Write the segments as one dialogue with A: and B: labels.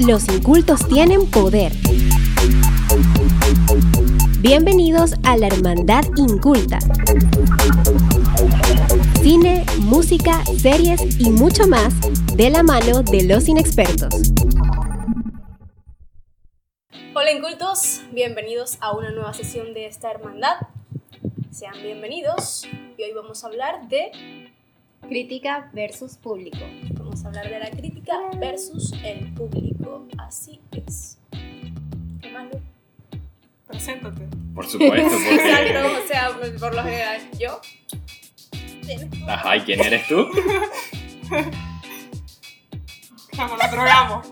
A: Los incultos tienen poder. Bienvenidos a la Hermandad Inculta. Cine, música, series y mucho más de la mano de los inexpertos.
B: Hola incultos, bienvenidos a una nueva sesión de esta hermandad. Sean bienvenidos y hoy vamos a hablar de
C: Crítica versus público.
B: Vamos a hablar de la crítica versus el público. Así es. ¿Qué más, Lu?
D: Preséntate.
E: Por supuesto, porque...
B: Exacto, o sea, pues, por- por lo general, yo. Tienes tú.
E: Ajá, ¿y quién eres tú?
D: Como nos drogamos.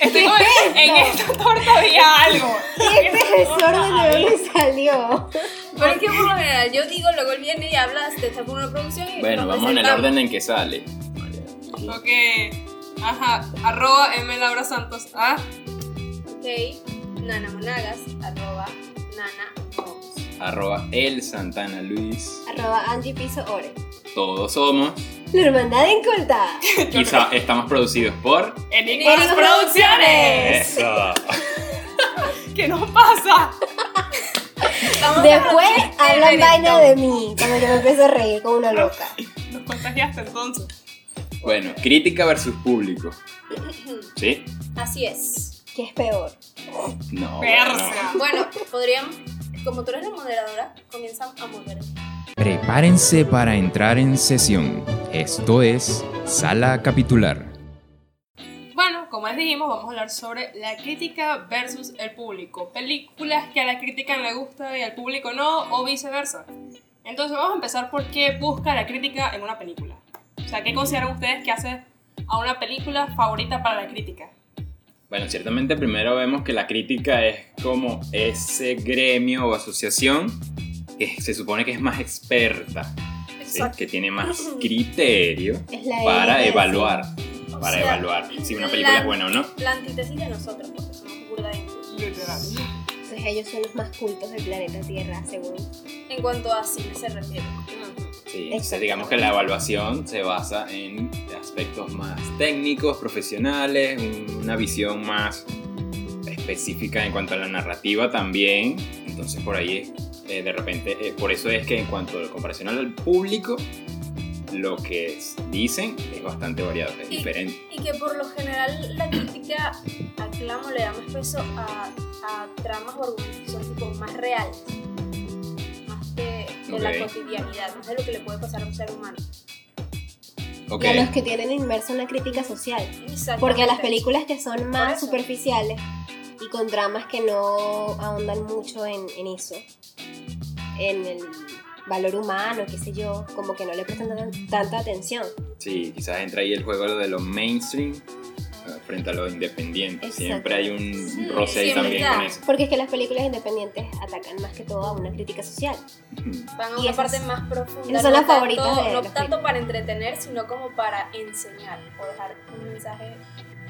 D: Estoy como en, en esta torta había algo.
C: ¿Qué profesor de dónde salió?
B: Pero es que por lo general, yo digo, luego él viene y hablas, te echas por una producción y.
E: Bueno,
B: nos
E: vamos en el
B: presentamos.
E: orden en que sale.
D: Ok. Ajá. Arroba M. Laura Santos. Ah.
B: Ok, Nana Monagas, arroba Nana Monagas.
E: Arroba el Santana Luis.
C: Arroba Angie Piso Ore.
E: Todos somos.
C: La hermandad inculta.
E: Quizá estamos producidos por.
D: Enigmas
B: Enigmas
D: Producciones.
E: Eso.
D: ¿Qué nos pasa?
B: Vamos
C: Después
B: a hablar
C: hablan
B: de
C: vaina de mí, cuando yo me empiezo a reír como una loca.
D: Nos contagiaste entonces.
E: Bueno, crítica versus público. ¿Sí?
B: Así es.
C: ¿Qué es peor?
E: No. bueno.
D: Persa.
B: Bueno, podríamos, como tú eres la moderadora, comienzan a moderar.
F: Prepárense para entrar en sesión. Esto es Sala Capitular.
D: Bueno, como les dijimos, vamos a hablar sobre la crítica versus el público. Películas que a la crítica le gusta y al público no, o viceversa. Entonces vamos a empezar por qué busca la crítica en una película. O sea, ¿qué consideran ustedes que hace a una película favorita para la crítica?
E: Bueno, ciertamente primero vemos que la crítica es como ese gremio o asociación que se supone que es más experta, ¿sí? que tiene más criterio
C: Es la
E: para
C: ES.
E: evaluar,
B: O
E: para
B: sea,
E: evaluar si una película
B: la-
E: es buena o no.
B: La antítesis de nosotros, porque somos burda de incultos.
D: Literal.
C: Entonces ellos son los más cultos del planeta Tierra, según.
B: En cuanto a cine se refiere.
E: Sí, entonces
C: Exacto.
E: digamos que la evaluación se basa en aspectos más técnicos, profesionales, un- una visión más específica en cuanto a la narrativa también. Entonces por ahí es, eh, de repente, eh, por eso es que en cuanto a la comparación al público, lo que es- dicen es bastante variado, es
B: Y-
E: diferente.
B: Y que por lo general la crítica aclamo le da más peso a, a tramas o argumentos que son tipo más reales. Más de, de
E: Ok.
B: la cotidianidad, más de lo que le puede pasar a un ser humano.
E: Ok,
C: Y a los que tienen inmerso una crítica social.
B: Exactamente.
C: Porque las películas que son
B: Por
C: más
B: eso.
C: superficiales y con dramas que no ahondan mucho en, en eso, en el valor humano, qué sé yo, como que no le prestan tan- tanta atención.
E: sí, quizás entra ahí el juego de los mainstream eh, frente a los independientes.
C: Exacto.
E: Siempre hay
B: Sí,
E: un roce ahí
B: siempre
E: también
B: está.
E: con eso.
C: Porque es que las películas independientes atacan más que todo a una crítica social.
B: Van a
C: Y
B: una
C: esas-
B: parte más profunda.
C: esas son las favoritas
B: tanto,
C: de
B: No
C: las
B: tanto para entretener, sino como para enseñar o dejar un mensaje,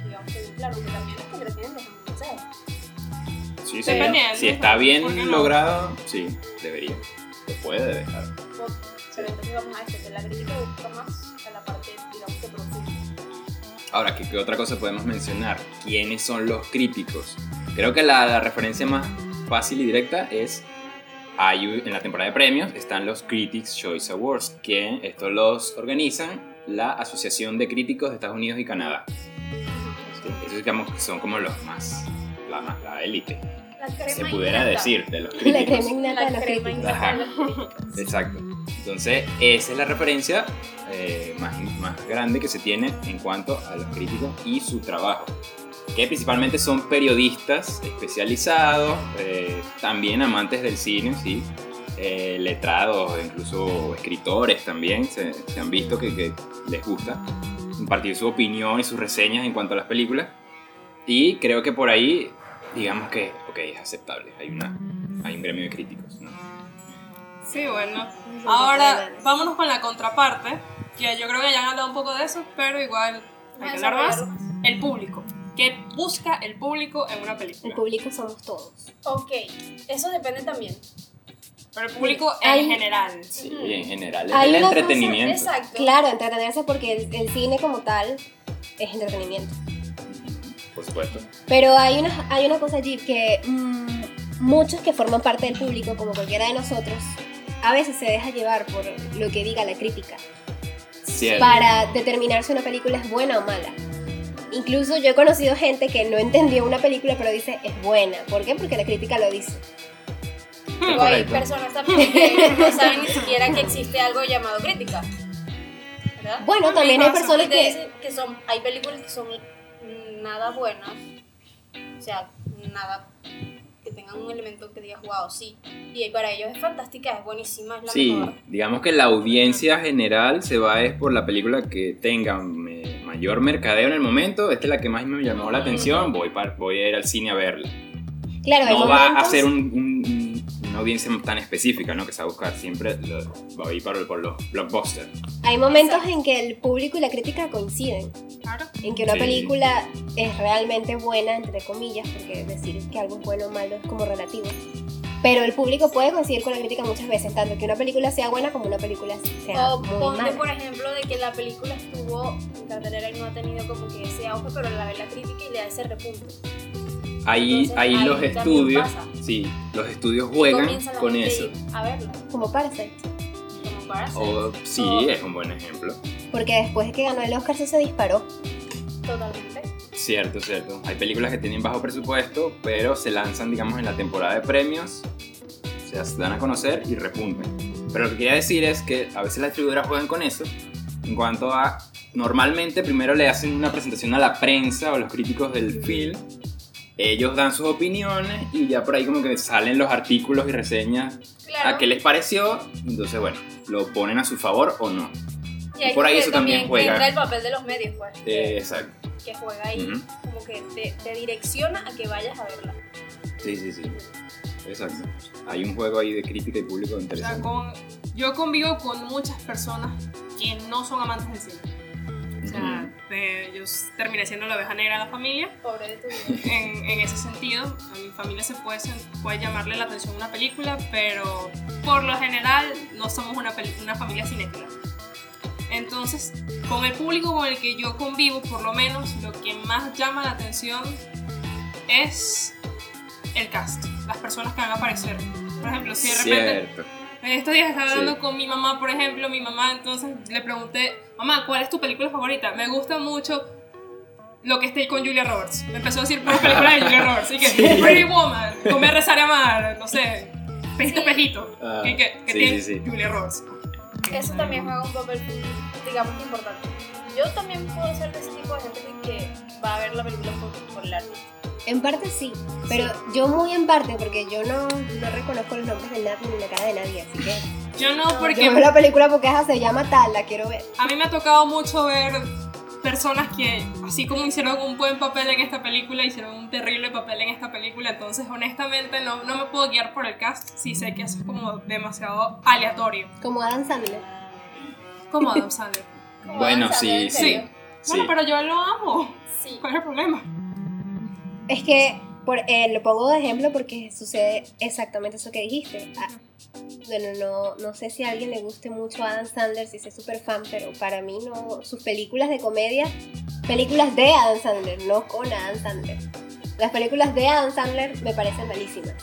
B: digamos, que claro, porque también los que entretienen dejan un mensaje.
E: Sí, sí.
D: Dependiendo,
E: Si está bien
D: ¿por qué no?
E: logrado, sí, debería. Se puede dejar.
B: O- Pero entonces vamos a esto, que la crítica busca más a la parte, digamos, que profunda.
E: Ahora, ¿qué, qué otra cosa podemos mencionar? ¿Quiénes son los críticos? Creo que la, la referencia más fácil y directa es hay u- en la temporada de premios están los Critics Choice Awards, que esto los organizan la Asociación de Críticos de Estados Unidos y Canadá. Esos digamos que son como los más, la más, la élite,
B: La crema
E: se pudiera
B: innata.
E: decir, de los
C: La
E: críticos.
C: crema innata de
B: La
C: la
B: crema
C: crítica.
B: innata de los
E: Ajá.
B: críticos.
E: Exacto. Entonces, esa es la referencia eh, más, más grande que se tiene en cuanto a los críticos y su trabajo. Que principalmente son periodistas especializados, eh, también amantes del cine, sí. eh, letrados, incluso escritores también se, se han visto que, que les gusta compartir su opinión y sus reseñas en cuanto a las películas. Y creo que por ahí, digamos que, ok, es aceptable. Hay, una, hay un gremio de críticos, ¿no?
D: Sí, bueno.
C: Son
D: Ahora
C: populares.
D: vámonos con la contraparte, que yo creo que ya han hablado un poco de eso, pero igual hay que hablar más. El público. ¿Qué busca el público en una
C: El
D: película?
C: público somos todos.
B: Ok, eso depende también.
D: Pero el público en
C: Hay-
D: general.
E: Sí, en general. Es
C: Hay
E: el
C: una cosa-
E: entretenimiento.
B: Exacto.
C: Claro, entretenerse porque el, el cine como tal es entretenimiento.
E: Por supuesto.
C: Pero hay una, hay una cosa allí que mm, muchos que forman parte del público, como cualquiera de nosotros, a veces se deja llevar por lo que diga la crítica
E: Cierto.
C: para determinar si una película es buena o mala. Incluso yo he conocido gente que no entendió una película pero dice es buena. ¿Por qué? Porque la crítica lo dice.
B: O hay
E: Correcto.
B: personas también que no saben ni siquiera que existe algo llamado crítica. ¿Verdad?
C: Bueno, también hay personas
B: Porque
C: que...
B: dicen que son, hay películas que son nada buenas, o sea, nada que tengan un elemento que digas, wow, sí. Y para ellos es fantástica, es buenísima, es la
E: Sí,
B: mejor.
E: digamos que la audiencia general se va es por la película que tenga me- mayor mercadeo en el momento. Esta es la que más me llamó la atención. Voy, par- voy a ir al cine a verla.
C: Claro, hay
E: No va a
C: momentos-
E: ser un- un- un- una audiencia tan específica, ¿no? Que se va a buscar siempre. Lo, va a ir por, por los blockbusters.
C: Hay momentos en que el público y la crítica coinciden,
D: Claro.
C: en que una
E: Sí.
C: película es realmente buena, entre comillas, porque decir que algo es bueno o malo es como relativo. Pero el público puede coincidir con la crítica muchas veces, tanto que una película sea buena como una película sea
B: O
C: muy
B: ponte,
C: mala.
B: por ejemplo, de que la película estuvo en cartelera y no ha tenido como que ese auge, pero la ve la crítica y le da ese repunte.
E: Ahí,
B: Entonces,
E: ahí
B: ahí
E: los
B: también
E: estudios,
B: pasa.
E: sí, los estudios
B: Y
E: juegan
B: comienza la
E: con
B: gente a
E: eso. Oh.
B: ir A verla,
C: Como Parasite,
B: como para hacer.
E: O, sí,
B: O-
E: es un buen ejemplo.
C: porque después de que ganó el Oscar sí se disparó.
B: Totalmente.
E: Ah, Cierto, cierto. Hay películas que tienen bajo presupuesto, pero se lanzan, digamos, en la temporada de premios, o sea, se dan a conocer y repuntan. Pero lo que quería decir es que a veces las distribuidoras juegan con eso, en cuanto a, normalmente primero le hacen una presentación a la prensa o a los críticos del film, ellos dan sus opiniones y ya por ahí como que salen los artículos y reseñas
B: Claro.
E: a qué les pareció, entonces bueno, lo ponen a su favor o no.
B: Y hay
E: por ahí
B: que
E: eso también juega.
B: Entra el papel de los medios, pues.
E: Eh, exacto.
B: que juega ahí,
E: Ujú.
B: como que te, te direcciona a que vayas a verla.
E: Sí, sí, sí. Exacto. Hay un juego ahí de crítica y público
D: O sea,
E: interesante.
D: con- yo convivo con muchas personas que no son amantes del cine. O sea, eh, yo s- terminé siendo la oveja negra de la familia.
B: Pobre de tu vida.
D: En, en ese sentido, a mi familia se puede, sen- puede llamarle la atención una película, pero por lo general no somos una, peli- una familia cinéfila. Entonces, con el público con el que yo convivo, por lo menos, lo que más llama la atención es el cast, las personas que van a aparecer. Por ejemplo, si de repente
E: Cierto.
D: en estos días estaba
E: Sí.
D: hablando con mi mamá, por ejemplo, mi mamá, entonces le pregunté, mamá, ¿cuál es tu película favorita? Me gusta mucho lo que esté con Julia Roberts. Me empezó a decir puras películas de Julia Roberts. Y que, Pretty Woman, Comer, Rezar, Amar, no sé, Pejito, Pejito.
E: Ah,
D: y que, que
E: sí,
D: tiene
E: sí, sí.
D: Julia Roberts.
B: Eso también juega un papel, digamos, que importante. Yo también puedo ser de ese tipo de gente que va a ver la película por, por el arte.
C: En parte sí, pero yo muy en parte, porque yo no, no reconozco los nombres de nadie ni la cara de nadie, así que...
D: Yo no, porque
C: Yo veo la película porque ajá, se llama tal, la quiero ver.
D: A mí me ha tocado mucho ver personas que, así como hicieron un buen papel en esta película, hicieron un terrible papel en esta película. Entonces, honestamente, no, no me puedo guiar por el cast si sé que eso es como demasiado aleatorio.
C: Como Adam Sandler.
D: Como Adam Sandler.
E: Bueno,
B: Vamos a ver,
E: sí,
B: ¿en
E: sí.
B: serio?
E: sí.
D: Bueno, pero yo lo amo.
B: Sí.
D: ¿Cuál es el problema?
C: Es que por, eh, lo pongo de ejemplo porque sucede exactamente eso que dijiste. Ah, bueno, no, no sé si a alguien le guste mucho Adam Sandler, si es súper fan, pero para mí no. Sus películas de comedia, películas de Adam Sandler, no con Adam Sandler. Las películas de Adam Sandler me parecen malísimas.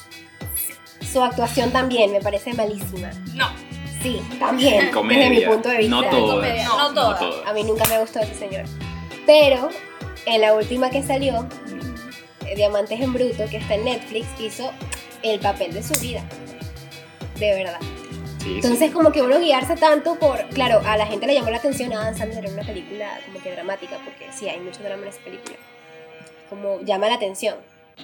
C: Su actuación también me parece malísima.
D: No.
C: Sí, también.
E: Comedia.
C: Desde mi punto de vista.
E: No todas.
B: Comedia,
D: No,
B: no,
E: No
B: todas. Ah.
E: todas.
C: A mí nunca me gustó ese señor. Pero en la última que salió, eh, Diamantes en Bruto, que está en Netflix, hizo el papel de su vida. De verdad.
E: Sí,
C: Entonces, como que uno guiarse tanto por. Claro, a la gente le llamó la atención a Adam Sandler en una película como que dramática, porque sí, hay mucho drama en esa película. Como llama la atención.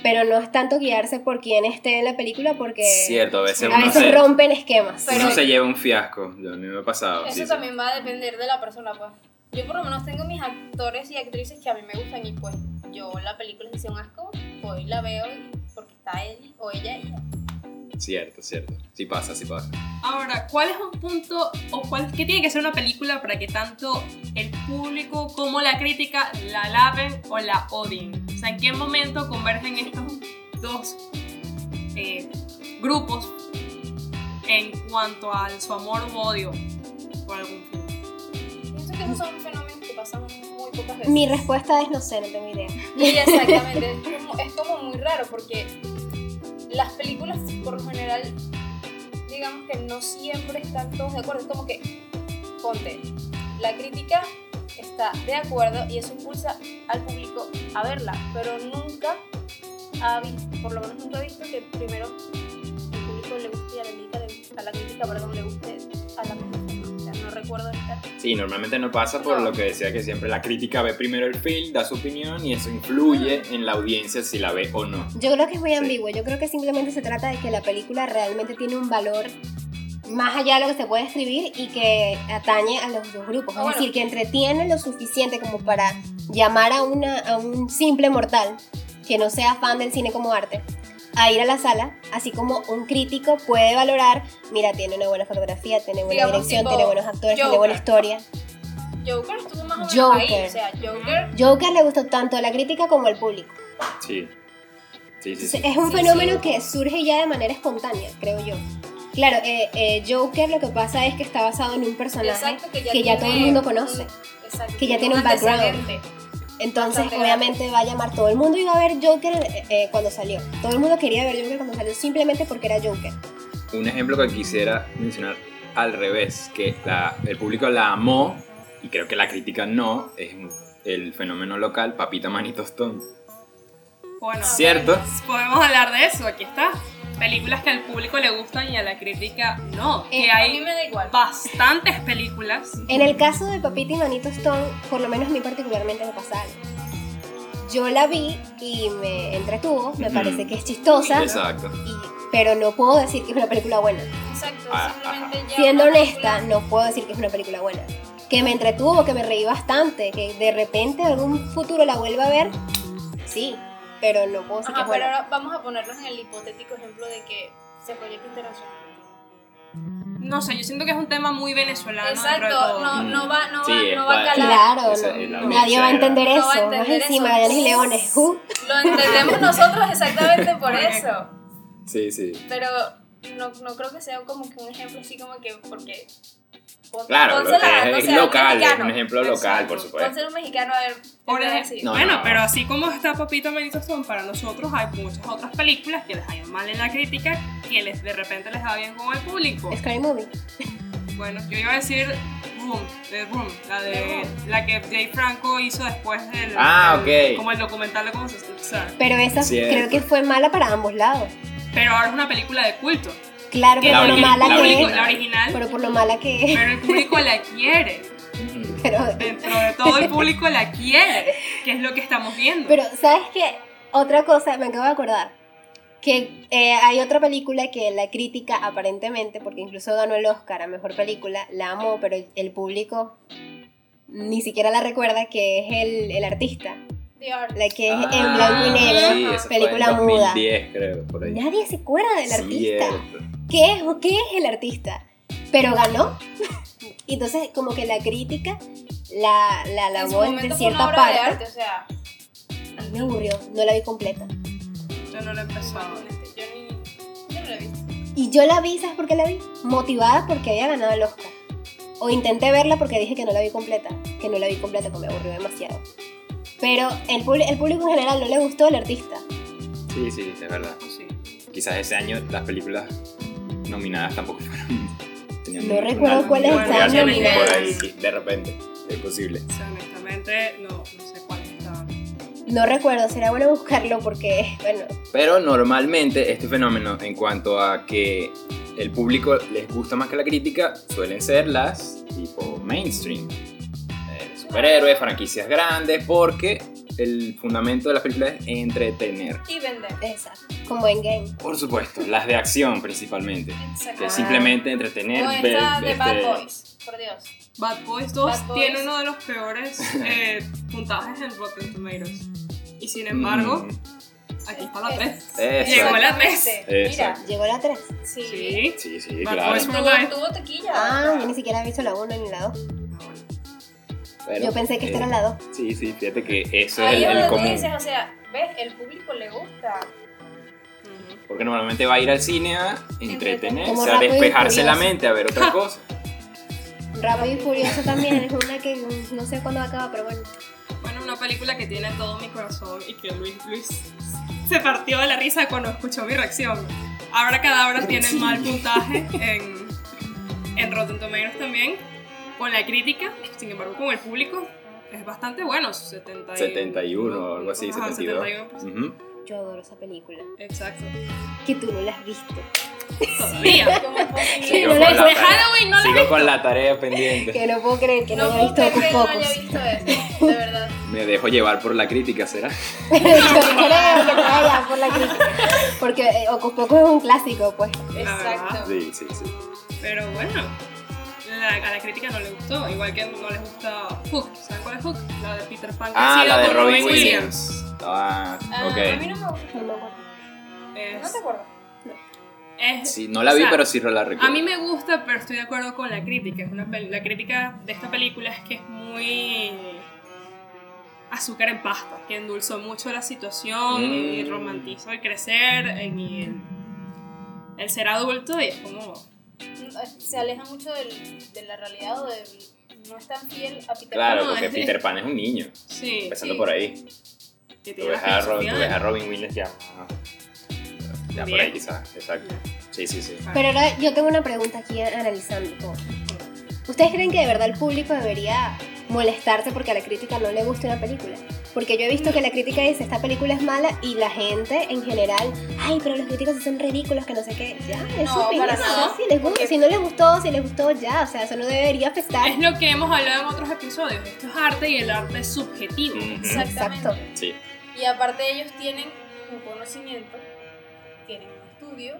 C: Pero no es tanto guiarse por quién esté en la película, porque
E: sí. Cierto, a veces
C: a
E: uno,
C: veces
E: se,
C: rompen esquemas.
E: uno
B: Pero-
E: se lleva un fiasco. Yo- A mí me ha pasado.
B: Eso
E: sí, sí.
B: también va a depender de la persona, pues. Yo por lo menos tengo mis actores y actrices que a mí me gustan y pues yo la película si sea un asco, hoy la veo y- porque está él o ella y ya.
E: Cierto, cierto. Sí pasa, sí pasa.
D: Ahora, ¿cuál es un punto o cuál, qué tiene que ser una película para que tanto el público como la crítica la alaben o la odien? O sea, ¿en qué momento convergen estos dos eh, grupos en cuanto a su amor o odio por algún film?
B: Pienso que esos son fenómenos que pasan en muy pocas muchas veces.
C: Mi respuesta es no sé, no tengo idea.
B: Y exactamente, es como, es como muy raro porque las películas por lo general, digamos que no siempre están todos de acuerdo. Es como que, ponte, la crítica está de acuerdo y eso impulsa al público a verla, pero nunca ha visto, por lo menos nunca he visto que primero el público le guste y a la crítica, le- a la crítica perdón, le guste a la película. O sea, no recuerdo ahorita.
E: Sí, normalmente no pasa por
B: No.
E: lo que decía que siempre la crítica ve primero el film, da su opinión y eso influye en la audiencia si la ve o no.
C: Yo creo que es muy
E: Sí.
C: ambiguo. Yo creo que simplemente se trata de que la película realmente tiene un valor más allá de lo que se puede escribir y que atañe a los dos grupos.
B: Ah,
C: es
B: bueno.
C: decir, que entretiene lo suficiente como para llamar a, una, a un simple mortal que no sea fan del cine como arte a ir a la sala, así como un crítico puede valorar, mira, tiene una buena fotografía, tiene buena
B: Digamos,
C: dirección,
B: tipo,
C: tiene buenos actores, tiene
B: Joker.
C: buena historia.
B: Joker estuvo más o menos ahí,
C: Joker.
B: o sea, Joker
C: Joker le gustó tanto a la crítica como al público.
E: Sí. Sí, sí, sí.
C: Entonces, es un
B: Sí,
C: fenómeno
B: sí.
C: que surge ya de manera espontánea, creo yo. Claro, eh, eh, Joker lo que pasa es que está basado en un personaje
B: Exacto, que ya,
C: ya
B: tiene
C: todo el mundo
B: un-
C: conoce.
B: exacto,
C: que ya tiene un background.
B: antecedente.
C: Entonces,
B: bastante
C: obviamente va a llamar todo el mundo iba a ver Joker eh, eh, cuando salió. Todo el mundo quería ver Joker cuando salió simplemente porque era Joker.
E: Un ejemplo que quisiera mencionar al revés, que la- el público la amó y creo que la crítica no, es un- el fenómeno local, papita maní tostón.
D: Bueno,
E: ¿Cierto?
D: podemos hablar de eso, aquí está. Películas que al público le gustan y a la crítica no.
C: Eh,
D: que
B: A mí
D: hay
B: me da igual.
D: bastantes películas.
C: En el caso de Papita y Manito Stone, por lo menos a mí particularmente me pasa algo. Yo la vi y me entretuvo, me
E: Ujú.
C: parece que es chistosa,
E: Exacto.
C: y- pero no puedo decir que es una película buena.
B: Exacto,
E: Ah,
B: simplemente ya
C: Siendo
B: una
C: honesta,
B: película-
C: no puedo decir que es una película buena. Que me entretuvo, que me reí bastante, que de repente en algún futuro la vuelva a ver, sí, pero no puedo decir que
B: Ajá,
C: es
B: pero
C: buena.
B: ahora vamos a ponernos en el hipotético ejemplo de que se proyecta
D: Ah,
B: internacional.
D: No sé, yo siento que es un tema muy venezolano. dentro de
B: Exacto,
D: todo. Mm.
B: no, no va, no
E: Sí,
B: va,
E: es
B: no va a
E: para-
B: calar.
C: Claro,
E: Esa
C: no,
E: es la
C: nadie va a
E: audiencia,
C: entender
B: no
C: eso,
B: va a
C: más
B: entender
C: encima,
B: eso.
C: Gallanes y Leones. uh.
B: Lo entendemos nosotros exactamente por
D: Correcto.
B: eso.
E: Sí, sí.
B: Pero no, no creo que sea como que un ejemplo así como que porque... pon-
E: Claro, lo
B: pónsela,
E: que
B: no
E: es
B: sé, a un
E: local, es
B: mexicano.
E: un ejemplo pues. local, por
B: Exacto,
E: supuesto.
B: pónsela a un mexicano a ver... qué
D: Por
B: te va a
D: ejemplo,
B: decir.
E: No,
D: bueno,
E: no.
D: pero así como está Papita Manito Stone para nosotros, hay muchas otras películas que les hayan mal en la crítica que les, de repente les da bien con el público.
C: Scary Movie.
D: Bueno, yo iba a decir Room, de Room, la, de, la que Jay Franco hizo después del.
E: Ah,
D: del-
E: ok.
D: Como el documental de cómo se. o sea,
C: Pero esa
E: Cierto.
C: creo que fue mala para ambos lados.
D: pero ahora es una película de culto.
C: Claro,
D: Que
C: pero por lo
E: ori-
C: mala
E: la
D: la,
C: que
D: ori-
E: original.
C: es.
D: la original,
C: Pero por lo mala que es.
D: pero el público la quiere.
C: Pero,
D: Dentro de todo el público la quiere, que es lo que estamos viendo.
C: pero, ¿sabes qué? Otra cosa, me acabo de acordar. Que eh, hay otra película que la crítica, aparentemente, porque incluso ganó el Oscar a mejor película, la amó, pero el, el público ni siquiera la recuerda, que es el, el artista.
B: The Artist.
C: La que es en
E: Ah,
C: blanco y negro,
E: sí, esa fue en
C: película muda.
E: 2010, creo, por ahí.
C: Nadie se acuerda del artista.
E: Cierto.
C: ¿Qué es, ¿Qué es el artista? Pero ganó. Y Entonces, como que la crítica la, la
B: En su
C: alabó
B: momento
C: en
B: fue una
C: cierta
B: obra de
C: parte.
B: arte, o sea...
C: A mí me aburrió, no la vi completa.
D: Yo no lo he empezado.
B: honestamente, Yo ni... Yo no la he visto.
C: Y yo la vi, ¿sabes por qué la vi? Motivada porque había ganado el Oscar. O intenté verla porque dije que no la vi completa. Que no la vi completa porque me aburrió demasiado. Pero el, publi- el público en general no le gustó el artista.
E: Sí, sí, es verdad.
D: Sí.
E: Quizás ese año las películas nominadas tampoco fueron. tenían
C: No
E: un-
C: recuerdo
E: una-
C: cuáles
E: una
D: estaban
E: variación
D: nominadas.
E: por ahí, sí, De repente, es posible.
D: O sea, honestamente, no, no sé cuál está.
C: No recuerdo, será bueno buscarlo porque, bueno,
E: Pero normalmente este fenómeno en cuanto a que el público les gusta más que la crítica suelen ser las tipo mainstream. Eh, superhéroes, franquicias grandes, porque el fundamento de las películas es entretener.
B: Y vender.
C: esa. Como en game.
E: Por supuesto, las de acción principalmente. Que
B: Exacto.
C: Ah.
E: simplemente entretener,
B: O
E: ver,
B: esta de Bad
E: este,
B: Boys, por Dios.
D: Bad Boys 2
B: Bad Boys.
D: tiene uno de los peores eh, puntajes en Rotten Tomatoes. Y sin embargo,
E: mm,
D: aquí está la 3.
E: Exacto.
D: Llegó la 3.
B: Mira,
E: Exacto.
C: Llegó la 3.
B: sí.
D: Sí.
E: Sí, sí,
D: Bad
E: claro.
D: Boys for
B: Tuvo,
D: Life.
B: tuvo taquilla.
C: Ah, yo ni siquiera he visto la 1 ni la 2.
B: Ah,
E: Pero,
C: Yo pensé que esta
E: eh,
C: era la 2.
E: Sí, sí, fíjate que eso es
B: Ahí
E: el,
B: es
E: el
B: donde tú
E: común.
B: dices, o sea, ves, el público le gusta.
D: Ujú.
E: Porque normalmente va a ir al cine a
C: Como
E: entretenerse, a
C: Rápido y
E: despejarse la
C: Furioso.
E: mente, a ver otra cosa.
C: Rápido y Furioso también es una que no sé cuándo acaba, pero bueno.
D: una película que tiene todo mi corazón y que Luis, Luis se partió de la risa cuando escuchó mi reacción. Ahora Cadabra tiene mal puntaje en, en Rotten Tomatoes también, con la crítica, sin embargo con el público es bastante bueno, 70 y-
E: 71 o algo así,
D: Ajá,
E: 72.
D: 71%.
E: Ujú.
C: Yo adoro esa película.
D: Exacto.
C: Que tú no la has visto.
D: Todavía.
B: ¿Cómo es posible?
E: Sigo con
C: no la
E: la
C: hice.
E: tarea-
D: Halloween no la
E: Sigo con la tarea pendiente.
C: Que no puedo creer que no,
B: No
C: haya
B: puedo
C: visto
B: creer que
C: Hocus
B: no haya
C: Pocus.
B: visto eso, de verdad.
E: Me dejo llevar por la crítica, ¿será?
C: Yo creo que no haya por la crítica. Porque eh, Hocus Pocus es un clásico, pues.
B: Exacto.
E: Sí, sí, sí.
D: Pero bueno, la- a la crítica no le gustó, igual que no les gusta Hook. ¿Saben cuál es Hook? La de Peter Pan. que
E: Ah,
D: ha sido
E: la de
D: con
E: Robin Williams. Ah,
B: Ah, A mí
E: ok.
B: no me gusta.
C: No me acuerdo.
D: Es-
B: No te acuerdo.
D: es-
E: Sí, no la vi,
D: o sea,
E: pero sí la recuerdo.
D: A mí me gusta, pero estoy de acuerdo con la crítica. Es una pel- la crítica de esta película es que es muy azúcar en pasta, que endulzó mucho la situación y
E: Mm.
D: romantizó el crecer en el, el ser adulto y es como...
B: Mm, Se aleja mucho del- de la realidad o de. No es tan fiel a Peter
E: Claro,
D: No,
E: porque
D: es-
E: Peter Pan es un niño,
D: Sí,
E: empezando
B: sí.
E: por ahí.
D: que
E: Tú
D: la
E: ves, a Ro- tú
D: filosofía
E: ves
D: de-
E: a Robin Williams ya. ah, Ya por ahí
D: Bien.
E: quizás, exacto. Sí, sí, sí.
C: Pero ahora yo tengo una pregunta aquí a- analizando todo. ¿Ustedes creen que de verdad el público debería molestarse porque a la crítica no le gusta una película? Porque yo he visto que la crítica dice esta película es mala y la gente en general, ay, pero los críticos sí son ridículos, que no sé qué. Ya, es
B: No,
C: su opinión.
B: para nada.
C: Si, les gusta,
B: Porque-
C: si no les gustó, si les gustó, ya. O sea, eso no debería afectar.
D: Es lo que hemos hablado en otros episodios. Esto es arte y el arte es subjetivo.
E: Ujú.
B: Exactamente.
C: Exacto.
E: Sí.
B: Y aparte ellos tienen un conocimiento, tienen un estudio,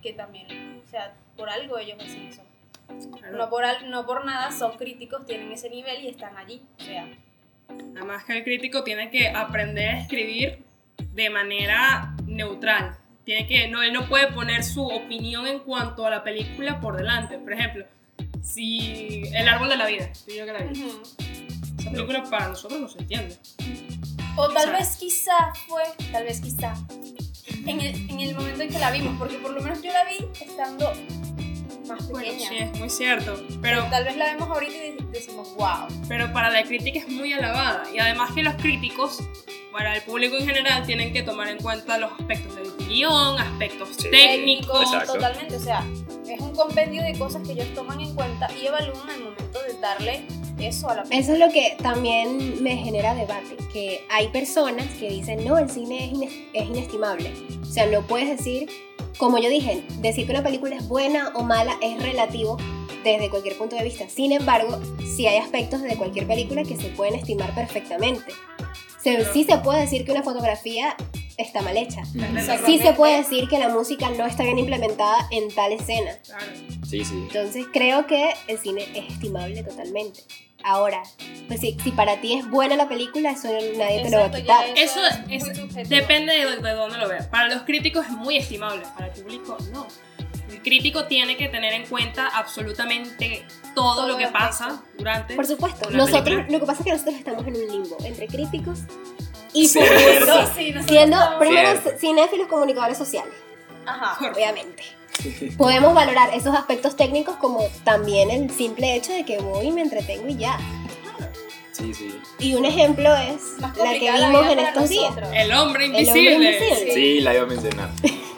B: que también, o sea, por algo ellos hacen eso. No por, al- no por nada son críticos, tienen ese nivel y están allí. O sea,
D: Además que el crítico tiene que aprender a escribir de manera neutral. Tiene que, no, él no puede poner su opinión en cuanto a la película por delante. Por ejemplo, si El árbol de la vida, tú y yo que la vi.
B: ujú.
D: Esa película para nosotros no se entiende.
B: o tal
D: O sea-
B: vez quizá fue, tal vez quizá, en el, en el momento en que la vimos, porque por lo menos yo la vi estando más
D: Bueno,
B: pequeña.
D: sí, es muy cierto. Pero,
B: Tal vez la vemos ahorita y dec- decimos, wow.
D: pero para la crítica es muy alabada. Y además que los críticos, para el público en general, tienen que tomar en cuenta los aspectos del guión, aspectos
E: Sí.
D: técnicos,
E: Exacto.
B: Totalmente, o sea, es un compendio de cosas que ellos toman en cuenta y evalúan al momento de darle eso a la película.
C: Eso es lo que también me genera debate, que hay personas que dicen, no, el cine es, ines- es inestimable. O sea, no puedes decir, como yo dije, decir que una película es buena o mala es relativo desde cualquier punto de vista. Sin embargo, sí hay aspectos de cualquier película que se pueden estimar perfectamente. Se-
D: Claro.
C: Sí se puede decir que una fotografía está mal hecha.
B: Exacto.
C: Sí se puede decir que la música no está bien implementada en tal escena.
D: Claro.
E: Sí, sí.
C: Entonces creo que el cine es estimable totalmente. Ahora, pues si, si para ti es buena la película, eso nadie te lo va a
B: Exacto,
C: quitar.
B: ya
D: Eso
B: es muy
D: es-
B: subjetivo.
D: Depende de, de dónde lo veas. Para los críticos es muy estimable, para el público no. El crítico tiene que tener en cuenta absolutamente todo,
B: Todo
D: lo que
B: el
D: pasa durante.
C: Por supuesto,
D: Una
C: nosotros,
D: película.
C: lo que pasa es que nosotros estamos en un limbo entre críticos y
E: Cierto.
C: público.
B: No, sí, nosotros
C: Siendo
B: estamos-
C: primero
E: Cierto.
C: cinéfilos comunicadores sociales,
B: Ajá.
C: obviamente. Podemos valorar esos aspectos técnicos como también el simple hecho de que voy y me entretengo y ya.
E: Sí, sí.
C: Y un ejemplo es
B: Más
C: la que
B: complicada la
C: vimos
B: vida
C: en
B: para
C: estos días. Eh,
B: nosotros.
D: El hombre
C: El
D: invisible.
C: hombre invisible.
E: Sí, la iba a mencionar.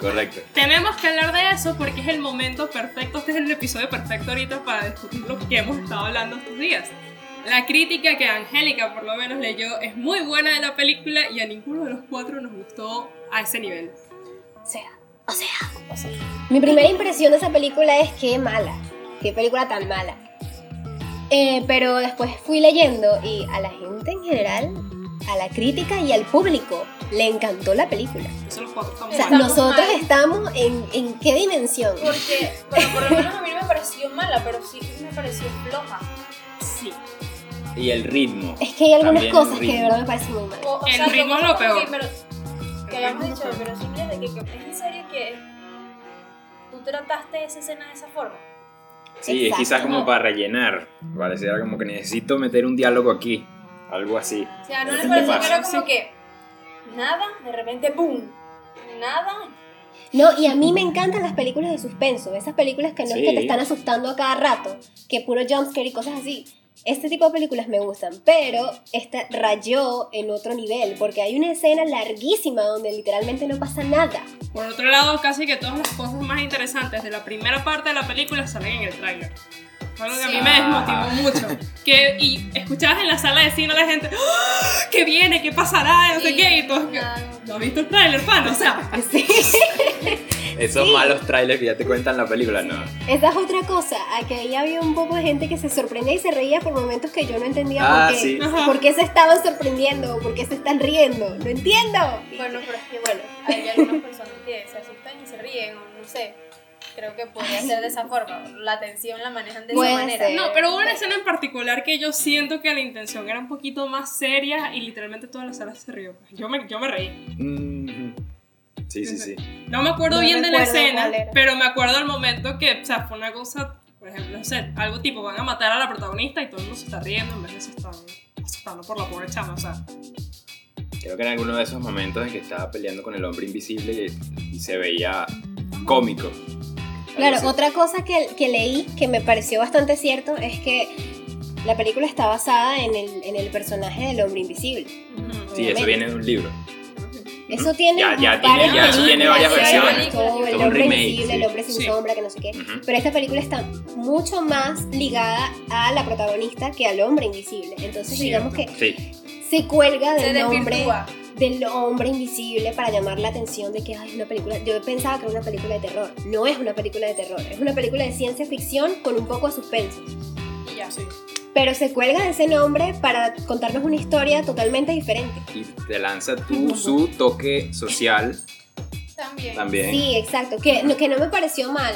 E: Correcto.
D: Tenemos que hablar de eso porque es el momento perfecto, este es el episodio perfecto ahorita para discutir lo que hemos estado hablando estos días. La crítica que Angélica por lo menos leyó es muy buena de la película y a ninguno de los cuatro nos gustó a ese nivel.
C: O sea, o sea, o sea. Mi primera impresión de esa película es que mala. Qué película tan mala. Eh, pero después fui leyendo y a la gente en general, a la crítica y al público le encantó la película.
D: Eso los cuatro
C: O
D: estamos
C: sea,
D: mal.
B: Estamos
C: nosotros
B: mal.
C: estamos en, en qué dimensión.
B: Porque, bueno, por lo menos a mí no me pareció mala, pero sí me pareció floja.
D: Sí.
E: Y el ritmo.
C: Es que hay algunas
E: También
C: cosas
E: el
C: que de
E: ritmo.
C: verdad me parecen muy malas.
B: O, o
D: El
B: sea,
D: ritmo
B: como-
D: es lo peor.
B: sí, pero, que habíamos
D: ritmo es
B: dicho,
D: lo peor.
B: pero simple de que, que es en serio que tú trataste esa escena de esa forma.
E: Sí, es
C: Exacto.
E: quizás como para rellenar. Pareciera como que necesito meter un diálogo aquí. Algo así.
B: O sea, no
E: Sí,
B: les
E: te
B: pareció que
E: pasa.
B: era como que nada, de repente, ¡boom! Nada.
C: No, y a mí me encantan las películas de suspenso, esas películas que no es que
E: Sí.
C: te están asustando a cada rato, que puro jumpscare y cosas así. Este tipo de películas me gustan, pero esta rayó en otro nivel, porque hay una escena larguísima donde literalmente no pasa nada.
D: Por otro lado, casi que todas las cosas más interesantes de la primera parte de la película salen en el tráiler. Fue Algo que a mí me
E: Ah.
D: desmotivó mucho. Que, y escuchabas en la sala de cine a la gente, "¡Ah! ¿qué viene? ¿Qué pasará? No sé
B: Sí,
D: qué. Y todos,
B: claro.
D: ¿no has visto el tráiler, pan? O sea,
C: Sí.
E: Esos
C: Sí.
E: malos trailers que ya te cuentan la película, no.
C: Esa es otra cosa, aquí ahí había un poco de gente que se sorprendía y se reía por momentos que yo no entendía
E: Ah,
C: por, qué,
E: sí.
D: Ajá.
C: por qué se estaban sorprendiendo o por qué se están riendo. No entiendo.
B: Bueno, pero es que bueno, hay algunas personas que se asustan y se ríen, o no sé. Creo que podría ser de esa forma. La tensión la manejan de
C: Puede
B: esa manera.
C: ser.
D: no, pero hubo una escena en particular que yo siento que la intención era un poquito más seria y literalmente toda la sala se rió. Yo me, yo me reí.
E: Mm, Sí, sí, sí.
D: No me acuerdo
C: No
D: bien de la
C: recuerdo
D: escena,
C: cuál era.
D: pero me acuerdo el momento que, o sea, fue una cosa, por ejemplo, no sé, algo tipo, van a matar a la protagonista y todo el mundo se está riendo en vez de se están asustando por la pobre chama, o sea.
E: Creo que en alguno de esos momentos en que estaba peleando con el hombre invisible y, y se veía cómico. Algo
C: Claro,
E: así.
C: otra cosa que, que leí que me pareció bastante cierto es que la película está basada en el, en el personaje del hombre invisible.
E: Sí, eso
C: obviamente.
E: viene de un libro.
C: Eso tiene
E: Ya- ya
C: varias
E: tiene- ya eso tiene
C: películas,
E: varias
C: varias
B: versiones.
C: películas,
B: Todo
C: el
E: un
C: hombre
E: remake,
C: invisible,
E: sí.
C: el hombre sin
D: Sí.
C: sombra, que no sé qué.
E: Ujú.
C: Pero esta película está mucho más ligada a la protagonista que al hombre invisible. Entonces digamos que
E: Sí,
C: se cuelga
B: Se
C: del nombre
B: desvirtúa.
C: del hombre invisible para llamar la atención de que "Ay, es una película. Yo pensaba que era una película de terror. No es una película de terror, es una película de ciencia ficción con un poco de suspenso.
B: Y ya.
C: Pero se cuelga de ese nombre para contarnos una historia totalmente diferente.
E: y te lanza tú su toque social
B: También.
E: también.
C: Sí, exacto. Que, no- que no me pareció mal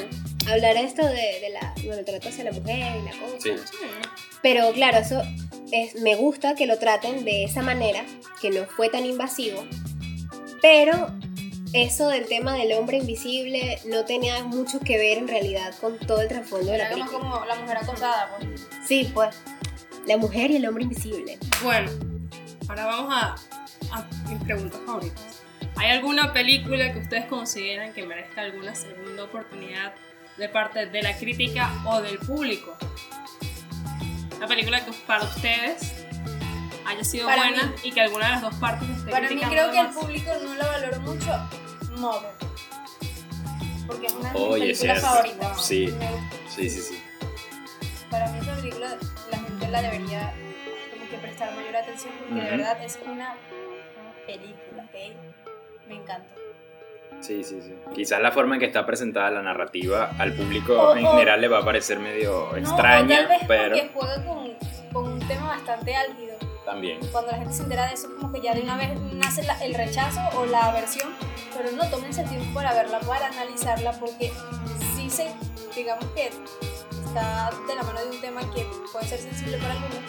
C: hablar esto de, de la, bueno, el trato hacia la mujer y la cosa.
E: Sí.
B: Mm.
C: Pero claro, eso es, me gusta que lo traten de esa manera, que no fue tan invasivo. Pero eso del tema del hombre invisible no tenía mucho que ver en realidad con todo el trasfondo de la
B: Era más
C: película.
B: como la mujer acosada, pues.
E: Mm.
C: Sí, pues. La mujer y el hombre invisible.
D: Bueno, ahora vamos a, a mis preguntas favoritas. ¿Hay alguna película que ustedes consideran que merezca alguna segunda oportunidad de parte de la crítica o del público? Una película que para ustedes haya sido
B: Para
D: buena
B: mí.
D: y que alguna de las dos partes esté
B: Para mí
D: criticando
B: creo que el
D: más.
B: público no la valoró mucho Mother. Porque es una de mis
E: Oye, es
B: películas
E: cierto.
B: favoritas.
E: Sí.
B: Me gusta.
E: Sí, sí, sí.
B: Para mí esa película la gente la debería como que prestar mayor atención porque de
E: Ujú.
B: verdad es una película, ¿ok? Me encanta.
E: Sí, sí, sí. Quizás la forma en que está presentada la narrativa al público
B: O-
E: en
B: o-
E: general le va a parecer medio
B: no, o
E: extraña,
B: tal vez
E: pero
B: porque juega con, con un tema bastante álgido.
E: también.
B: Cuando la gente se entera de eso, como que ya de una vez nace la- el rechazo o la aversión, pero no tómense el tiempo para verla, para analizarla, porque sí se, digamos que está de la mano de un tema que puede ser sensible para algunos,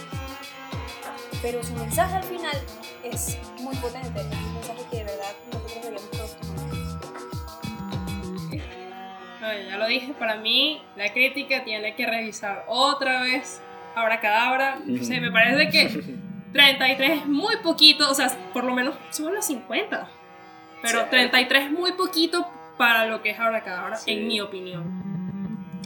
B: pero su mensaje al final es muy potente, es un mensaje que de verdad nosotros deberíamos todos tomar.
D: Ay, ya lo dije, para mí la crítica tiene que revisar otra vez Abracadabra. No sé, me parece que 33 es muy poquito, o sea, por lo menos son los 50. Pero
E: Sí.
D: 33 es muy poquito para lo que es Abracadabra,
E: Sí.
D: en mi opinión.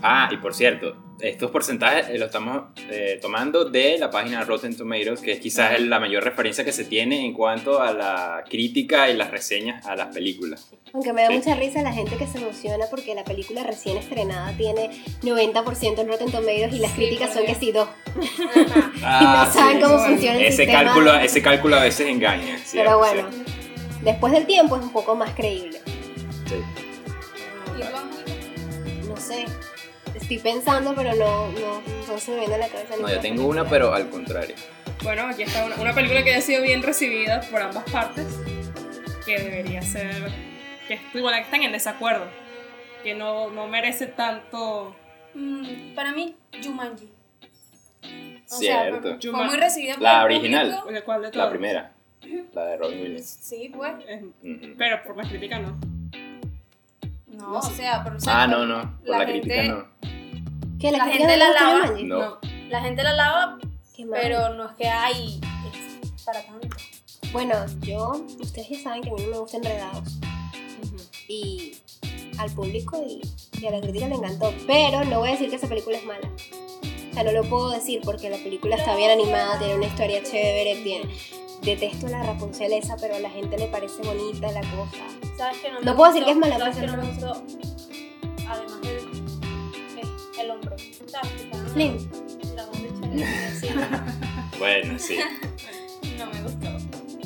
E: Ah, y por cierto, estos porcentajes eh, los estamos eh, tomando de la página Rotten Tomatoes, que es quizás el- la mayor referencia que se tiene en cuanto a la crítica y las reseñas a las películas.
C: Aunque me da
E: Sí.
C: mucha risa la gente que se emociona porque la película recién estrenada tiene 90% en Rotten Tomatoes y las
B: Sí,
C: críticas
B: por
C: son
B: Dios.
C: que sí dos.
E: Ah,
C: no saben
E: sí.
C: cómo
D: bueno.
C: funciona el
E: ese
C: sistema.
E: cálculo, ese cálculo a veces engaña. cierto,
C: Pero bueno,
E: cierto.
C: después del tiempo es un poco más creíble.
E: Sí.
B: Y tú, Angélica,
C: No sé, estoy pensando, pero no, no, no se me viene a la cabeza.
E: No,
C: ninguna
E: yo tengo una,
C: película.
E: pero al contrario.
D: Bueno, aquí está una, una película que ha sido bien recibida por ambas partes, que debería ser, que es- bueno, que están en desacuerdo, que no, no merece tanto...
B: mm, para mí, Jumanji. O sea,
E: Cierto.
B: fue- fue
D: Jumanji.
B: muy recibida por
E: La
B: el
E: original.
B: público.
D: ¿La cual de todas?
E: La primera, la de Robin Williams.
B: Sí, pues.
D: Eh,
E: Ujú.
D: Pero por la crítica no.
B: No,
D: No
B: o sea, pero o sea,
E: Ah, no, no, por la,
B: la
E: crítica
B: gente-
E: no.
C: Que la,
B: La
C: crítica
B: gente
C: no le
B: la
C: gusta
B: lava.
C: Jumanji.
E: No.
B: la gente la lava,
C: Qué mal.
B: pero no es que hay es para tanto.
C: Bueno, yo, ustedes ya saben que a mí no me gustan enredados.
D: Ujú.
C: Y al público y, y a la crítica le encantó. Pero no voy a decir que esa película es mala. sea, no lo puedo decir porque la película está bien animada, tiene una historia chévere, tiene... Detesto la Rapunzel esa, pero a la gente le parece bonita la cosa.
B: ¿Sabes que no me
C: No puedo decir que es
B: gustó?
C: mala, pues,
B: ¿Sabes
C: pero
B: que no me
C: no
B: gustó? Además, el, el, el hombro. ¿Sabes? Que está-
C: Flynn.
B: La voz de Chanel en el cielo.
E: Bueno, sí.
D: No me gustó.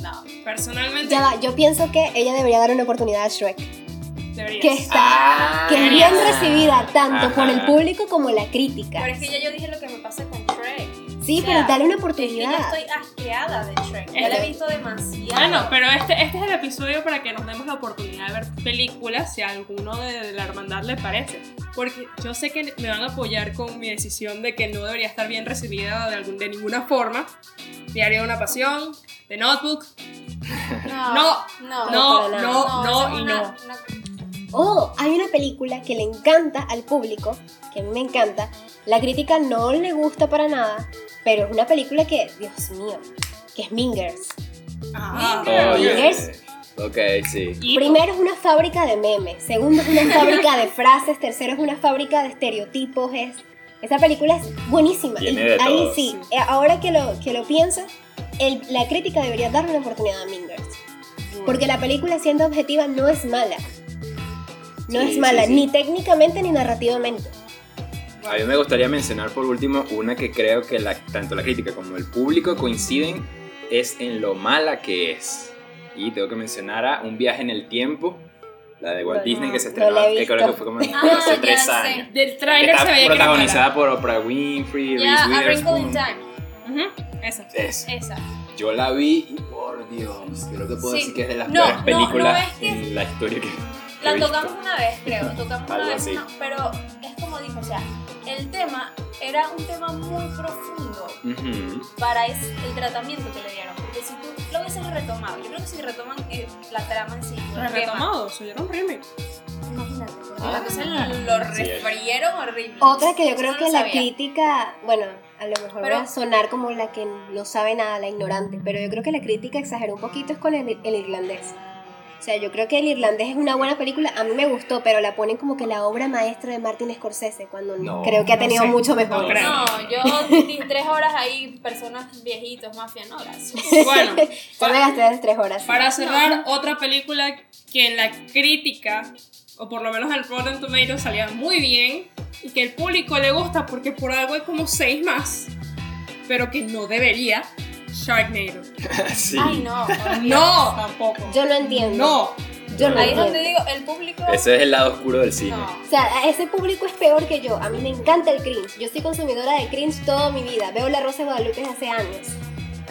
D: No. Personalmente,
C: Ya va, yo pienso que ella debería dar una oportunidad a Shrek,
D: deberías.
C: que está
E: Ah,
C: que es bien recibida tanto
E: Ajá.
C: por el público como la crítica.
B: Pero es que ya yo dije lo que me pasa con Shrek.
C: Sí,
B: o sea,
C: pero dale una
B: Es que
C: oportunidad.
B: ya estoy asqueada de Shrek. Ya
D: Es
B: la
D: que-
B: he visto demasiado.
D: Ah, no, pero este, este es el episodio para que nos demos la oportunidad de ver películas si a alguno de la hermandad le parece. Porque yo sé que me van a apoyar con mi decisión de que no debería estar bien recibida de, algún, de ninguna forma. Diario de una pasión, de notebook. No,
B: no,
D: no,
C: para
B: No,
D: no, no
B: eso es
D: y
B: una-
D: no.
B: una-
C: Oh, hay una película que le encanta al público, que a mí me encanta. La crítica no le gusta para nada, pero es una película que, Dios mío, que es Mingers.
D: Ah,
E: Oye.
C: Mingers.
E: Ok, sí.
D: Y-
C: Primero es una fábrica de memes, segundo es una fábrica de frases, tercero es una fábrica de estereotipos. Es, esa película es buenísima.
E: Tiene
C: Y
E: de
C: ahí
E: todo.
C: sí, eh, ahora que lo, que lo pienso, el- la crítica debería darle una oportunidad a Mingers.
E: Mm.
C: Porque la película, siendo objetiva, no es mala. No
E: Sí,
C: es mala,
E: sí, sí.
C: ni técnicamente ni narrativamente.
E: A mí me gustaría mencionar por último una que creo que la- tanto la crítica como el público coinciden es en lo mala que es. Y tengo que mencionar a Un viaje en el tiempo, la de Walt
C: No,
E: Disney que se
C: no la
E: estrenó
C: he
E: que creo que
C: visto.
E: fue como
B: Ah,
E: hace
B: ya
E: tres
B: sé.
E: años.
D: Del
E: Que
D: tráiler se
E: Está
D: veía que era
E: protagonizada por Oprah Winfrey,
B: Ya,
E: Reese
B: A Wrinkle in
E: Witherspoon.
B: Time.
D: mala. Ujú, Esa.
E: Es-
B: Esa.
E: yo la vi y por Dios, creo que puedo
B: Sí.
E: decir que es de las
B: No,
E: peores
B: no,
E: películas
B: no, es que-
E: en la historia que he
B: La
E: visto.
B: tocamos una vez, creo. Tocamos una
E: Algo
B: vez,
E: así.
B: no, pero es como dije, o sea, el tema era un tema muy profundo
E: Ujú.
B: para es- el tratamiento que le dieron. Porque si tú lo hubieses retomado, yo creo que si retoman eh, la trama en sí, el tema,
D: Retomado, soy era un remake.
B: imagínate, porque
E: Ah.
B: la cosa lo
E: Sí, es.
B: refrieron horrible.
C: Otra que yo creo
B: no
C: que la
B: sabía.
C: crítica, bueno, a lo mejor
B: Pero-
C: va a sonar como la que no sabe nada, la ignorante, pero yo creo que la crítica exageró un poquito es con el, el irlandés. O sea, yo creo que el irlandés es una buena película, a mí me gustó, pero la ponen como que la obra maestra de Martin Scorsese, cuando
E: No,
C: creo que ha
D: no
C: tenido
D: sé,
C: mucho mejor.
D: no creo.
B: No, yo di tres horas ahí, personas viejitos, mafia, no, gracias.
D: Bueno,
C: Yo me gasté las tres horas.
D: Para cerrar, otra película que en la crítica, o por lo menos al Rotten Tomatoes, salía muy bien y que el público le gusta porque por algo hay como seis más, pero que no debería, Sharknado.
E: Sí.
B: Ay, no.
D: No, tampoco.
C: Yo no entiendo.
D: No,
C: Yo no
B: Ahí es
C: entiendo.
B: donde digo, el público.
E: Ese es el lado oscuro del cine.
B: No.
C: O sea, a ese público es peor que yo. A mí me encanta el cringe. Yo soy consumidora de cringe toda mi vida. Veo La Rosa de Guadalupe desde hace años.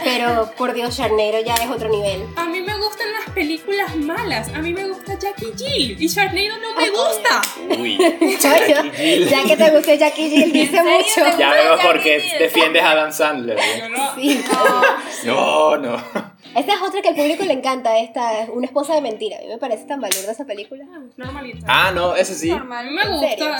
C: Pero por Dios, Charnero ya es otro nivel.
D: a mí me gustan las películas malas. A mí me gusta Jackie Jill y Sharknado no me gusta.
E: Uy.
C: Coño,
E: Jill.
C: ya que te gustó Jackie Jill, dice
B: ¿En serio?
C: mucho.
E: Ya veo
B: Ya
E: por qué
B: entendí.
E: defiendes a Adam Sandler. ¿eh?
D: Yo no.
C: Sí.
E: No, no.
C: Esta es otra que al público le encanta. Esta es Una esposa de mentira. A mí me parece tan valiosa esa película.
D: Normalita.
E: Ah, no, eso sí.
D: Normal. A mí me
C: ¿En
B: serio?
D: gusta.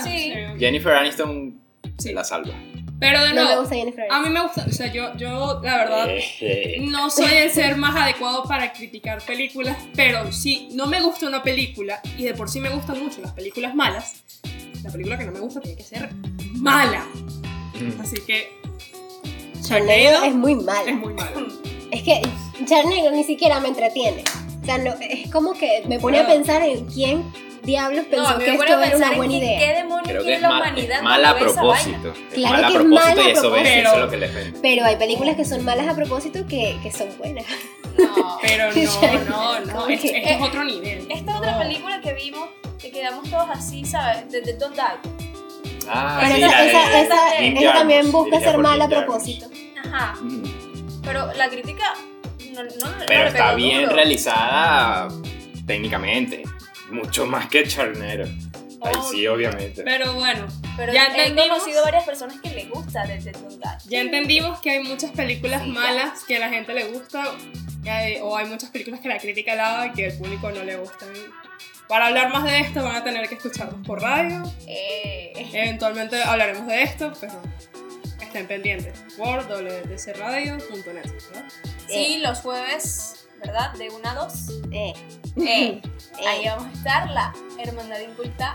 D: sí.
E: Jennifer Aniston
D: Sí.
E: se la salva.
D: Pero de
C: No me
D: nuevo,
C: gusta Jennifer
D: Ah, a mí
C: Aniston.
D: me gusta. O sea, yo, yo la verdad,
E: Este,
D: No soy el ser más adecuado para criticar películas, pero si no me gusta una película, y de por sí me gustan mucho las películas malas, la película que no me gusta tiene que ser mala.
B: Mm.
D: Así que
C: Charnero es
D: Sharknado
C: muy
D: es
C: mala.
D: muy mala.
C: Es que Charnero ni siquiera me entretiene. O sea, no- es como que me pone a
D: Bueno.
C: pensar en quién diablos
B: No,
C: pensó
B: a mí
C: que
B: me
C: esto
B: pone a
C: era
B: pensar
C: una
B: en
C: buena
B: qué-
C: idea.
B: qué demonios
E: Creo que
B: tiene
E: es,
B: la
E: mal- es
B: humanidad
E: mala a
B: cuando ve esa vaina?
E: propósito. Es
C: Claro
E: mala a
C: que es
E: propósito
C: mala
E: y
C: a
E: eso ves,
D: propósito.
E: eso es lo que le ofende.
C: Pero hay películas que son malas a propósito que, que son buenas.
B: No.
D: Pero no, no, no, esto, esto es otro nivel.
B: Esta otra película que vimos, que quedamos todos así, ¿sabes? De, de Don't Die.
E: Ah,
C: Pero
E: sí,
C: esa,
E: la de
C: esa, esa-
E: Jim
C: esa también
E: Jarmusch,
C: busca
E: dirigida
C: ser
E: por
C: mala a
E: Jim Jarmusch.
C: propósimo.
B: Ajá.
E: Mm.
B: Pero la crítica no, no, no
E: Pero
B: le
E: está
B: pegó
E: bien
B: duro.
E: realizada técnicamente. Mucho más que Charnero. Ahí sí, obviamente.
D: Pero bueno,
B: Pero
D: Ya
B: he
D: entendimos.
B: conocido varias personas que le gusta de, de Don't Die.
D: ya entendimos que hay muchas películas
B: Sí, ya.
D: malas que a la gente le gusta, que hay- o hay muchas películas que la crítica alaba y que al público no le gustan. Para hablar más de esto van a tener que escucharnos por radio.
B: Eh,
D: Eventualmente hablaremos de esto, pero estén pendientes. Por www.radio.net. ¿verdad?
B: sí, los jueves, ¿verdad? De 1 a 2. Eh,
C: Eh, eh.
B: ahí vamos a estar, la Hermandad Inculta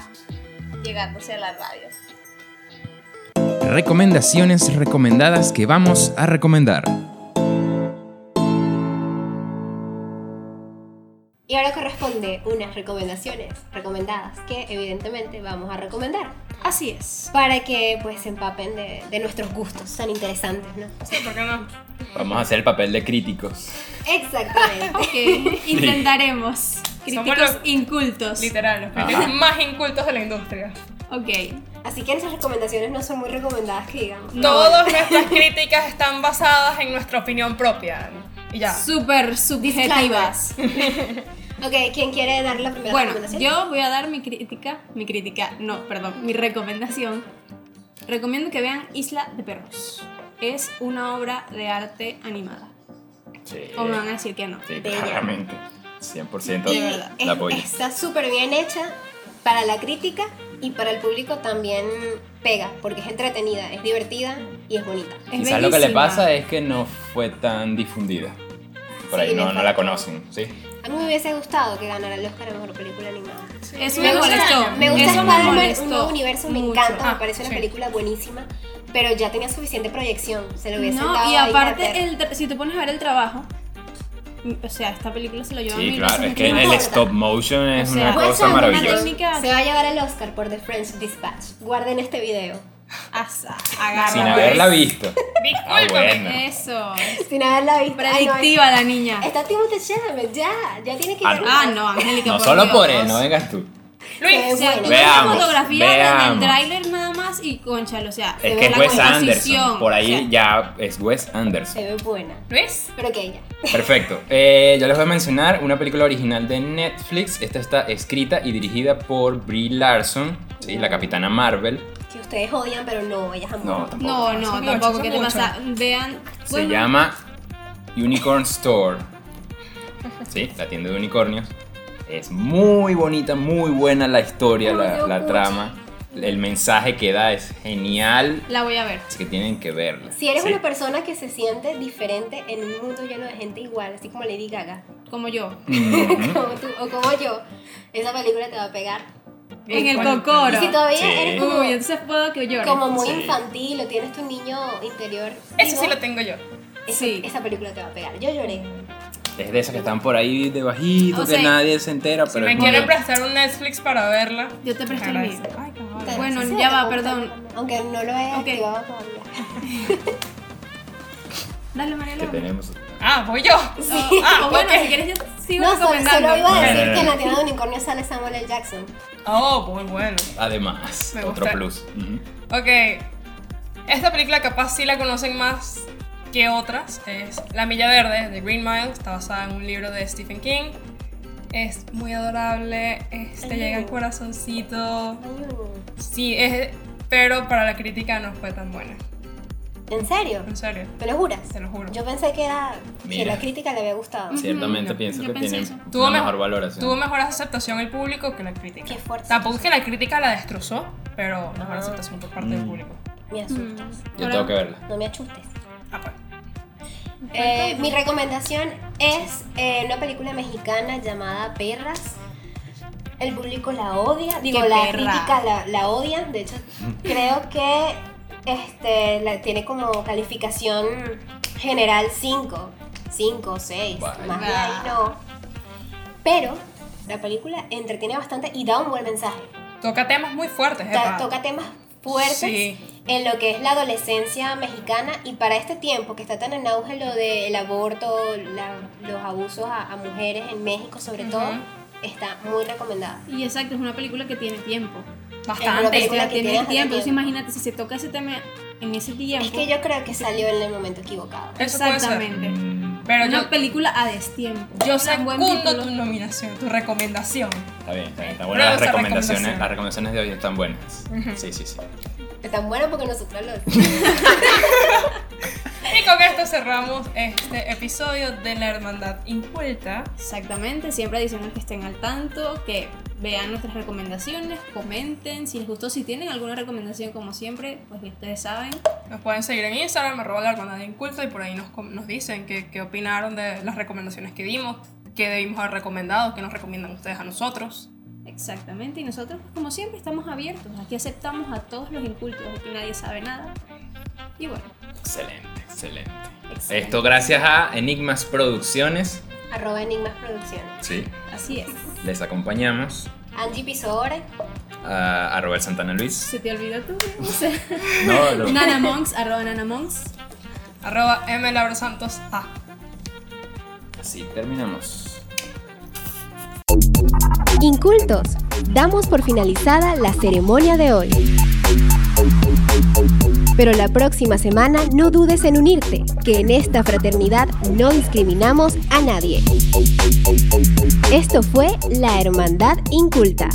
B: llegándose a la radio.
G: Recomendaciones recomendadas que vamos a recomendar.
C: Y ahora corresponde unas recomendaciones recomendadas que evidentemente vamos a recomendar
D: Así es.
C: para que pues se empapen de, de nuestros gustos tan interesantes, ¿no?
D: Sí, ¿por qué no?
E: Vamos a hacer el papel de críticos.
C: Exactamente.
B: Ok, intentaremos.
D: Somos
B: Críticos
D: los-
B: incultos.
D: Literal, los
E: Ajá.
D: críticos más incultos de la industria.
B: Ok.
C: Así que nuestras recomendaciones no son muy recomendadas que digamos.
D: Todas nuestras críticas están basadas en nuestra opinión propia. Y
C: Ah.
D: ya.
B: Súper subjetivas.
C: Ok, ¿quién quiere dar la primera
B: Bueno,
C: recomendación?
B: yo voy a dar mi crítica. Mi crítica, no, perdón, mi recomendación. Recomiendo que vean Isla de Perros. Es una obra de arte animada.
E: Sí.
B: O me van a decir que no.
E: Sí,
C: Bella.
E: claramente. 100%
B: este De verdad.
E: la
C: Es-
E: apoyo.
C: está súper bien hecha para la crítica y para el público también pega, porque es entretenida, es divertida y es bonita.
B: Es
E: Quizás lo que le
B: bellísima.
E: pasa es que no fue tan difundida. Por
C: Sí,
E: ahí no,
C: le
E: no la
C: faltó.
E: conocen, ¿sí?
C: A mí me hubiese gustado que ganara el Oscar a Mejor Película Animada.
B: Eso
C: me
B: me molestó.
C: gusta, me gusta
B: Eso me
C: Spider-Man, un nuevo
B: molestó.
C: universo, me
B: mucho.
C: encanta,
D: Ah,
C: me parece una
D: sí.
C: película buenísima, pero ya tenía suficiente proyección, se lo hubiese dado
B: No, y
C: ahí para
B: aparte,
C: ver.
B: el tra- si te pones a ver el trabajo, mm, o sea, esta película se lo lleva
E: Sí,
B: mil
E: claro.
B: veces
E: Es que
B: mucho
E: el
B: más.
E: stop motion es
B: O sea,
E: una
B: puede
E: cosa
B: ser una
E: maravillosa.
B: técnica-
C: Se va a llevar el Oscar por The French Dispatch. Guarden este video.
B: Asa, agarra.
E: Sin
B: pues.
E: haberla visto. Ah,
D: Discúlpame.
E: bueno.
B: Eso.
C: Sin haberla visto. Ay, no,
B: Predictiva la niña.
C: Está Timothée Chalamet, ya, ya tiene que
E: Ah,
C: ganar.
B: Ah, no, Angélica.
E: No solo por
B: Dios.
E: él, no vengas tú.
C: Se ve
D: Luis,
B: sea,
C: bueno.
B: tú
E: Veamos,
B: ves la fotografía del-
E: veamos.
B: del tráiler nada más y conchalo, o sea,
E: Es
C: ve
E: que es
C: la
E: Wes
B: composición,
E: Anderson. Por ahí
B: o
E: ya es Wes Anderson.
C: Se ve buena.
D: Luis,
C: Pero que ella.
E: Perfecto. Eh, yo les voy a mencionar una película original de Netflix. Esta está escrita y dirigida por Brie Larson, ¿sí? la capitana Marvel.
C: Que ustedes odian, pero no, ellas aman.
E: No, tampoco.
B: no, no,
D: Son
B: tampoco,
D: muchos,
B: ¿qué te
D: son
B: pasa? Vean,
E: Se
B: bueno,
E: llama Unicorn Store. Sí, la tienda de unicornios. Es muy bonita, muy buena la historia, la, la trama. El mensaje que da es genial.
B: la voy a ver.
E: Así que tienen que verla.
C: Si eres
E: ¿sí?
C: una persona que se siente diferente en un mundo lleno de gente igual, así como Lady Gaga,
B: Como yo.
E: Ujú.
C: como tú o como yo, esa película te va a pegar.
B: En el
D: bueno.
B: cocoro.
C: Y si todavía
E: Sí.
C: eres como,
B: Ah, Uy, entonces puedo que llore.
C: como muy
E: Sí.
C: infantil o tienes tu niño interior,
D: eso
C: vivo,
D: sí lo tengo yo.
C: esa-
B: Sí.
C: esa película te va a pegar. Yo lloré.
E: Es de esas que están por ahí de bajito,
B: O
E: que
B: sea,
E: nadie se entera,
D: Si
E: pero
D: me
E: es muy
D: quieren
E: buena.
D: prestar un Netflix para verla.
B: Yo te presto el mío.
D: agradezco. Ay, qué amable.
B: Bueno,
C: Sí,
B: ya
C: te
B: va,
C: gusta.
B: perdón.
C: Aunque no lo he
B: Ok.
C: activado todavía.
B: Dale, Mariela.
E: que tenemos.
D: Ah, voy yo.
B: O-
D: Ah,
B: o bueno,
D: ok.
B: si quieres yo sigo
C: No, solo,
B: recomendando.
C: solo iba a
E: No, no,
C: decir
E: no,
C: que en
E: no.
C: la tienda de unicornio sale Samuel L. Jackson.
D: Oh, muy bueno.
E: Además,
D: Me
E: otro
D: gusta.
E: plus. Ujú.
D: Ok. Esta película capaz sí la conocen más que otras. Es La Milla Verde de Green Mile. Está basada en un libro de Stephen King. Es muy adorable. es- te
C: Ay.
D: llega el corazoncito.
C: Ay,
D: Sí, es, pero para la crítica no fue tan buena.
C: ¿En serio?
D: En serio,
C: ¿Me lo juras?
D: te lo juro.
C: Yo pensé que era que
E: Mira.
C: la crítica le había gustado.
E: Ciertamente
D: yo-
E: pienso
B: yo
E: que
B: pensé
E: tienen
B: eso.
D: Tuvo
E: una
D: me-
E: mejor valoración.
D: Tuvo mejor aceptación el público que la crítica.
C: Qué fuerte.
D: Tampoco es que la crítica la destrozó, pero mejor aceptación por parte del
E: Mm.
D: público.
C: Me asustas.
B: Mm.
E: Yo tengo que verla.
C: No me achustes.
D: Ah, pues.
C: Eh, mi recomendación es eh, una película mexicana llamada Perras. El público la odia, digo,
B: Qué
C: la
B: perra.
C: crítica la, la odia. De hecho, creo que este, la, tiene como calificación general 5, 5, 6,
E: Vaya.
C: más de ahí no. Pero la película entretiene bastante y da un buen mensaje.
D: Toca temas muy fuertes,
C: Ta-
D: epa.
C: toca temas fuertes
D: Sí.
C: en lo que es la adolescencia mexicana y para este tiempo que está tan en auge lo del aborto, la- los abusos a, a mujeres en México sobre
D: Ujú.
C: todo, está muy recomendada.
B: Y exacto, es una película que tiene tiempo.
C: Es una
D: Bastante.
B: O
C: película
B: sea,
C: que
B: tiene
C: tiene
B: tiempo.
C: tiempo.
B: Entonces imagínate, si se toca ese tema en ese tiempo.
C: Es que yo creo que salió en el momento equivocado.
D: Eso puede ser.
B: Exactamente.
E: Mm,
D: Pero
B: una
D: yo,
B: película a destiempo.
D: yo
B: Tan buen
D: secundo
B: título.
D: tu nominación, tu recomendación.
E: Está bien, está bien. Están buenas las
D: Nuevas
E: recomendaciones.
D: recomendaciones.
E: Las recomendaciones de hoy están buenas. Sí, sí, sí.
C: Es tan bueno porque nosotros lo
D: Y con esto cerramos este episodio de La Hermandad Inculta.
B: Exactamente, siempre diciendo que estén al tanto, que vean nuestras recomendaciones, comenten si les gustó, si tienen alguna recomendación como siempre, pues ya ustedes saben.
D: Nos pueden seguir en Instagram, arroba la hermandad inculta, y por ahí nos, com- nos dicen qué qué opinaron de las recomendaciones que dimos, qué debimos haber recomendado, qué nos recomiendan ustedes a nosotros.
B: Exactamente, y nosotros, pues, como siempre, estamos abiertos. Aquí aceptamos a todos los incultos, aquí nadie sabe nada. Y bueno,
H: Excelente, excelente.
B: excelente.
E: Esto gracias a Enigmas Producciones.
C: Arroba Enigmas Producciones.
E: Sí.
B: Así es.
E: Les acompañamos
C: Angie Pisore.
E: a, a Robert Santana Luis.
B: ¿Se te olvidó tú? No sé.
E: No, lo-
B: Nanamonks, arroba Nanamonks.
D: Arroba M. Laura Santos A.
H: Así terminamos.
A: Incultos, damos por finalizada la ceremonia de hoy. Pero la próxima semana no dudes en unirte, que en esta fraternidad no discriminamos a nadie. Esto fue La Hermandad Inculta.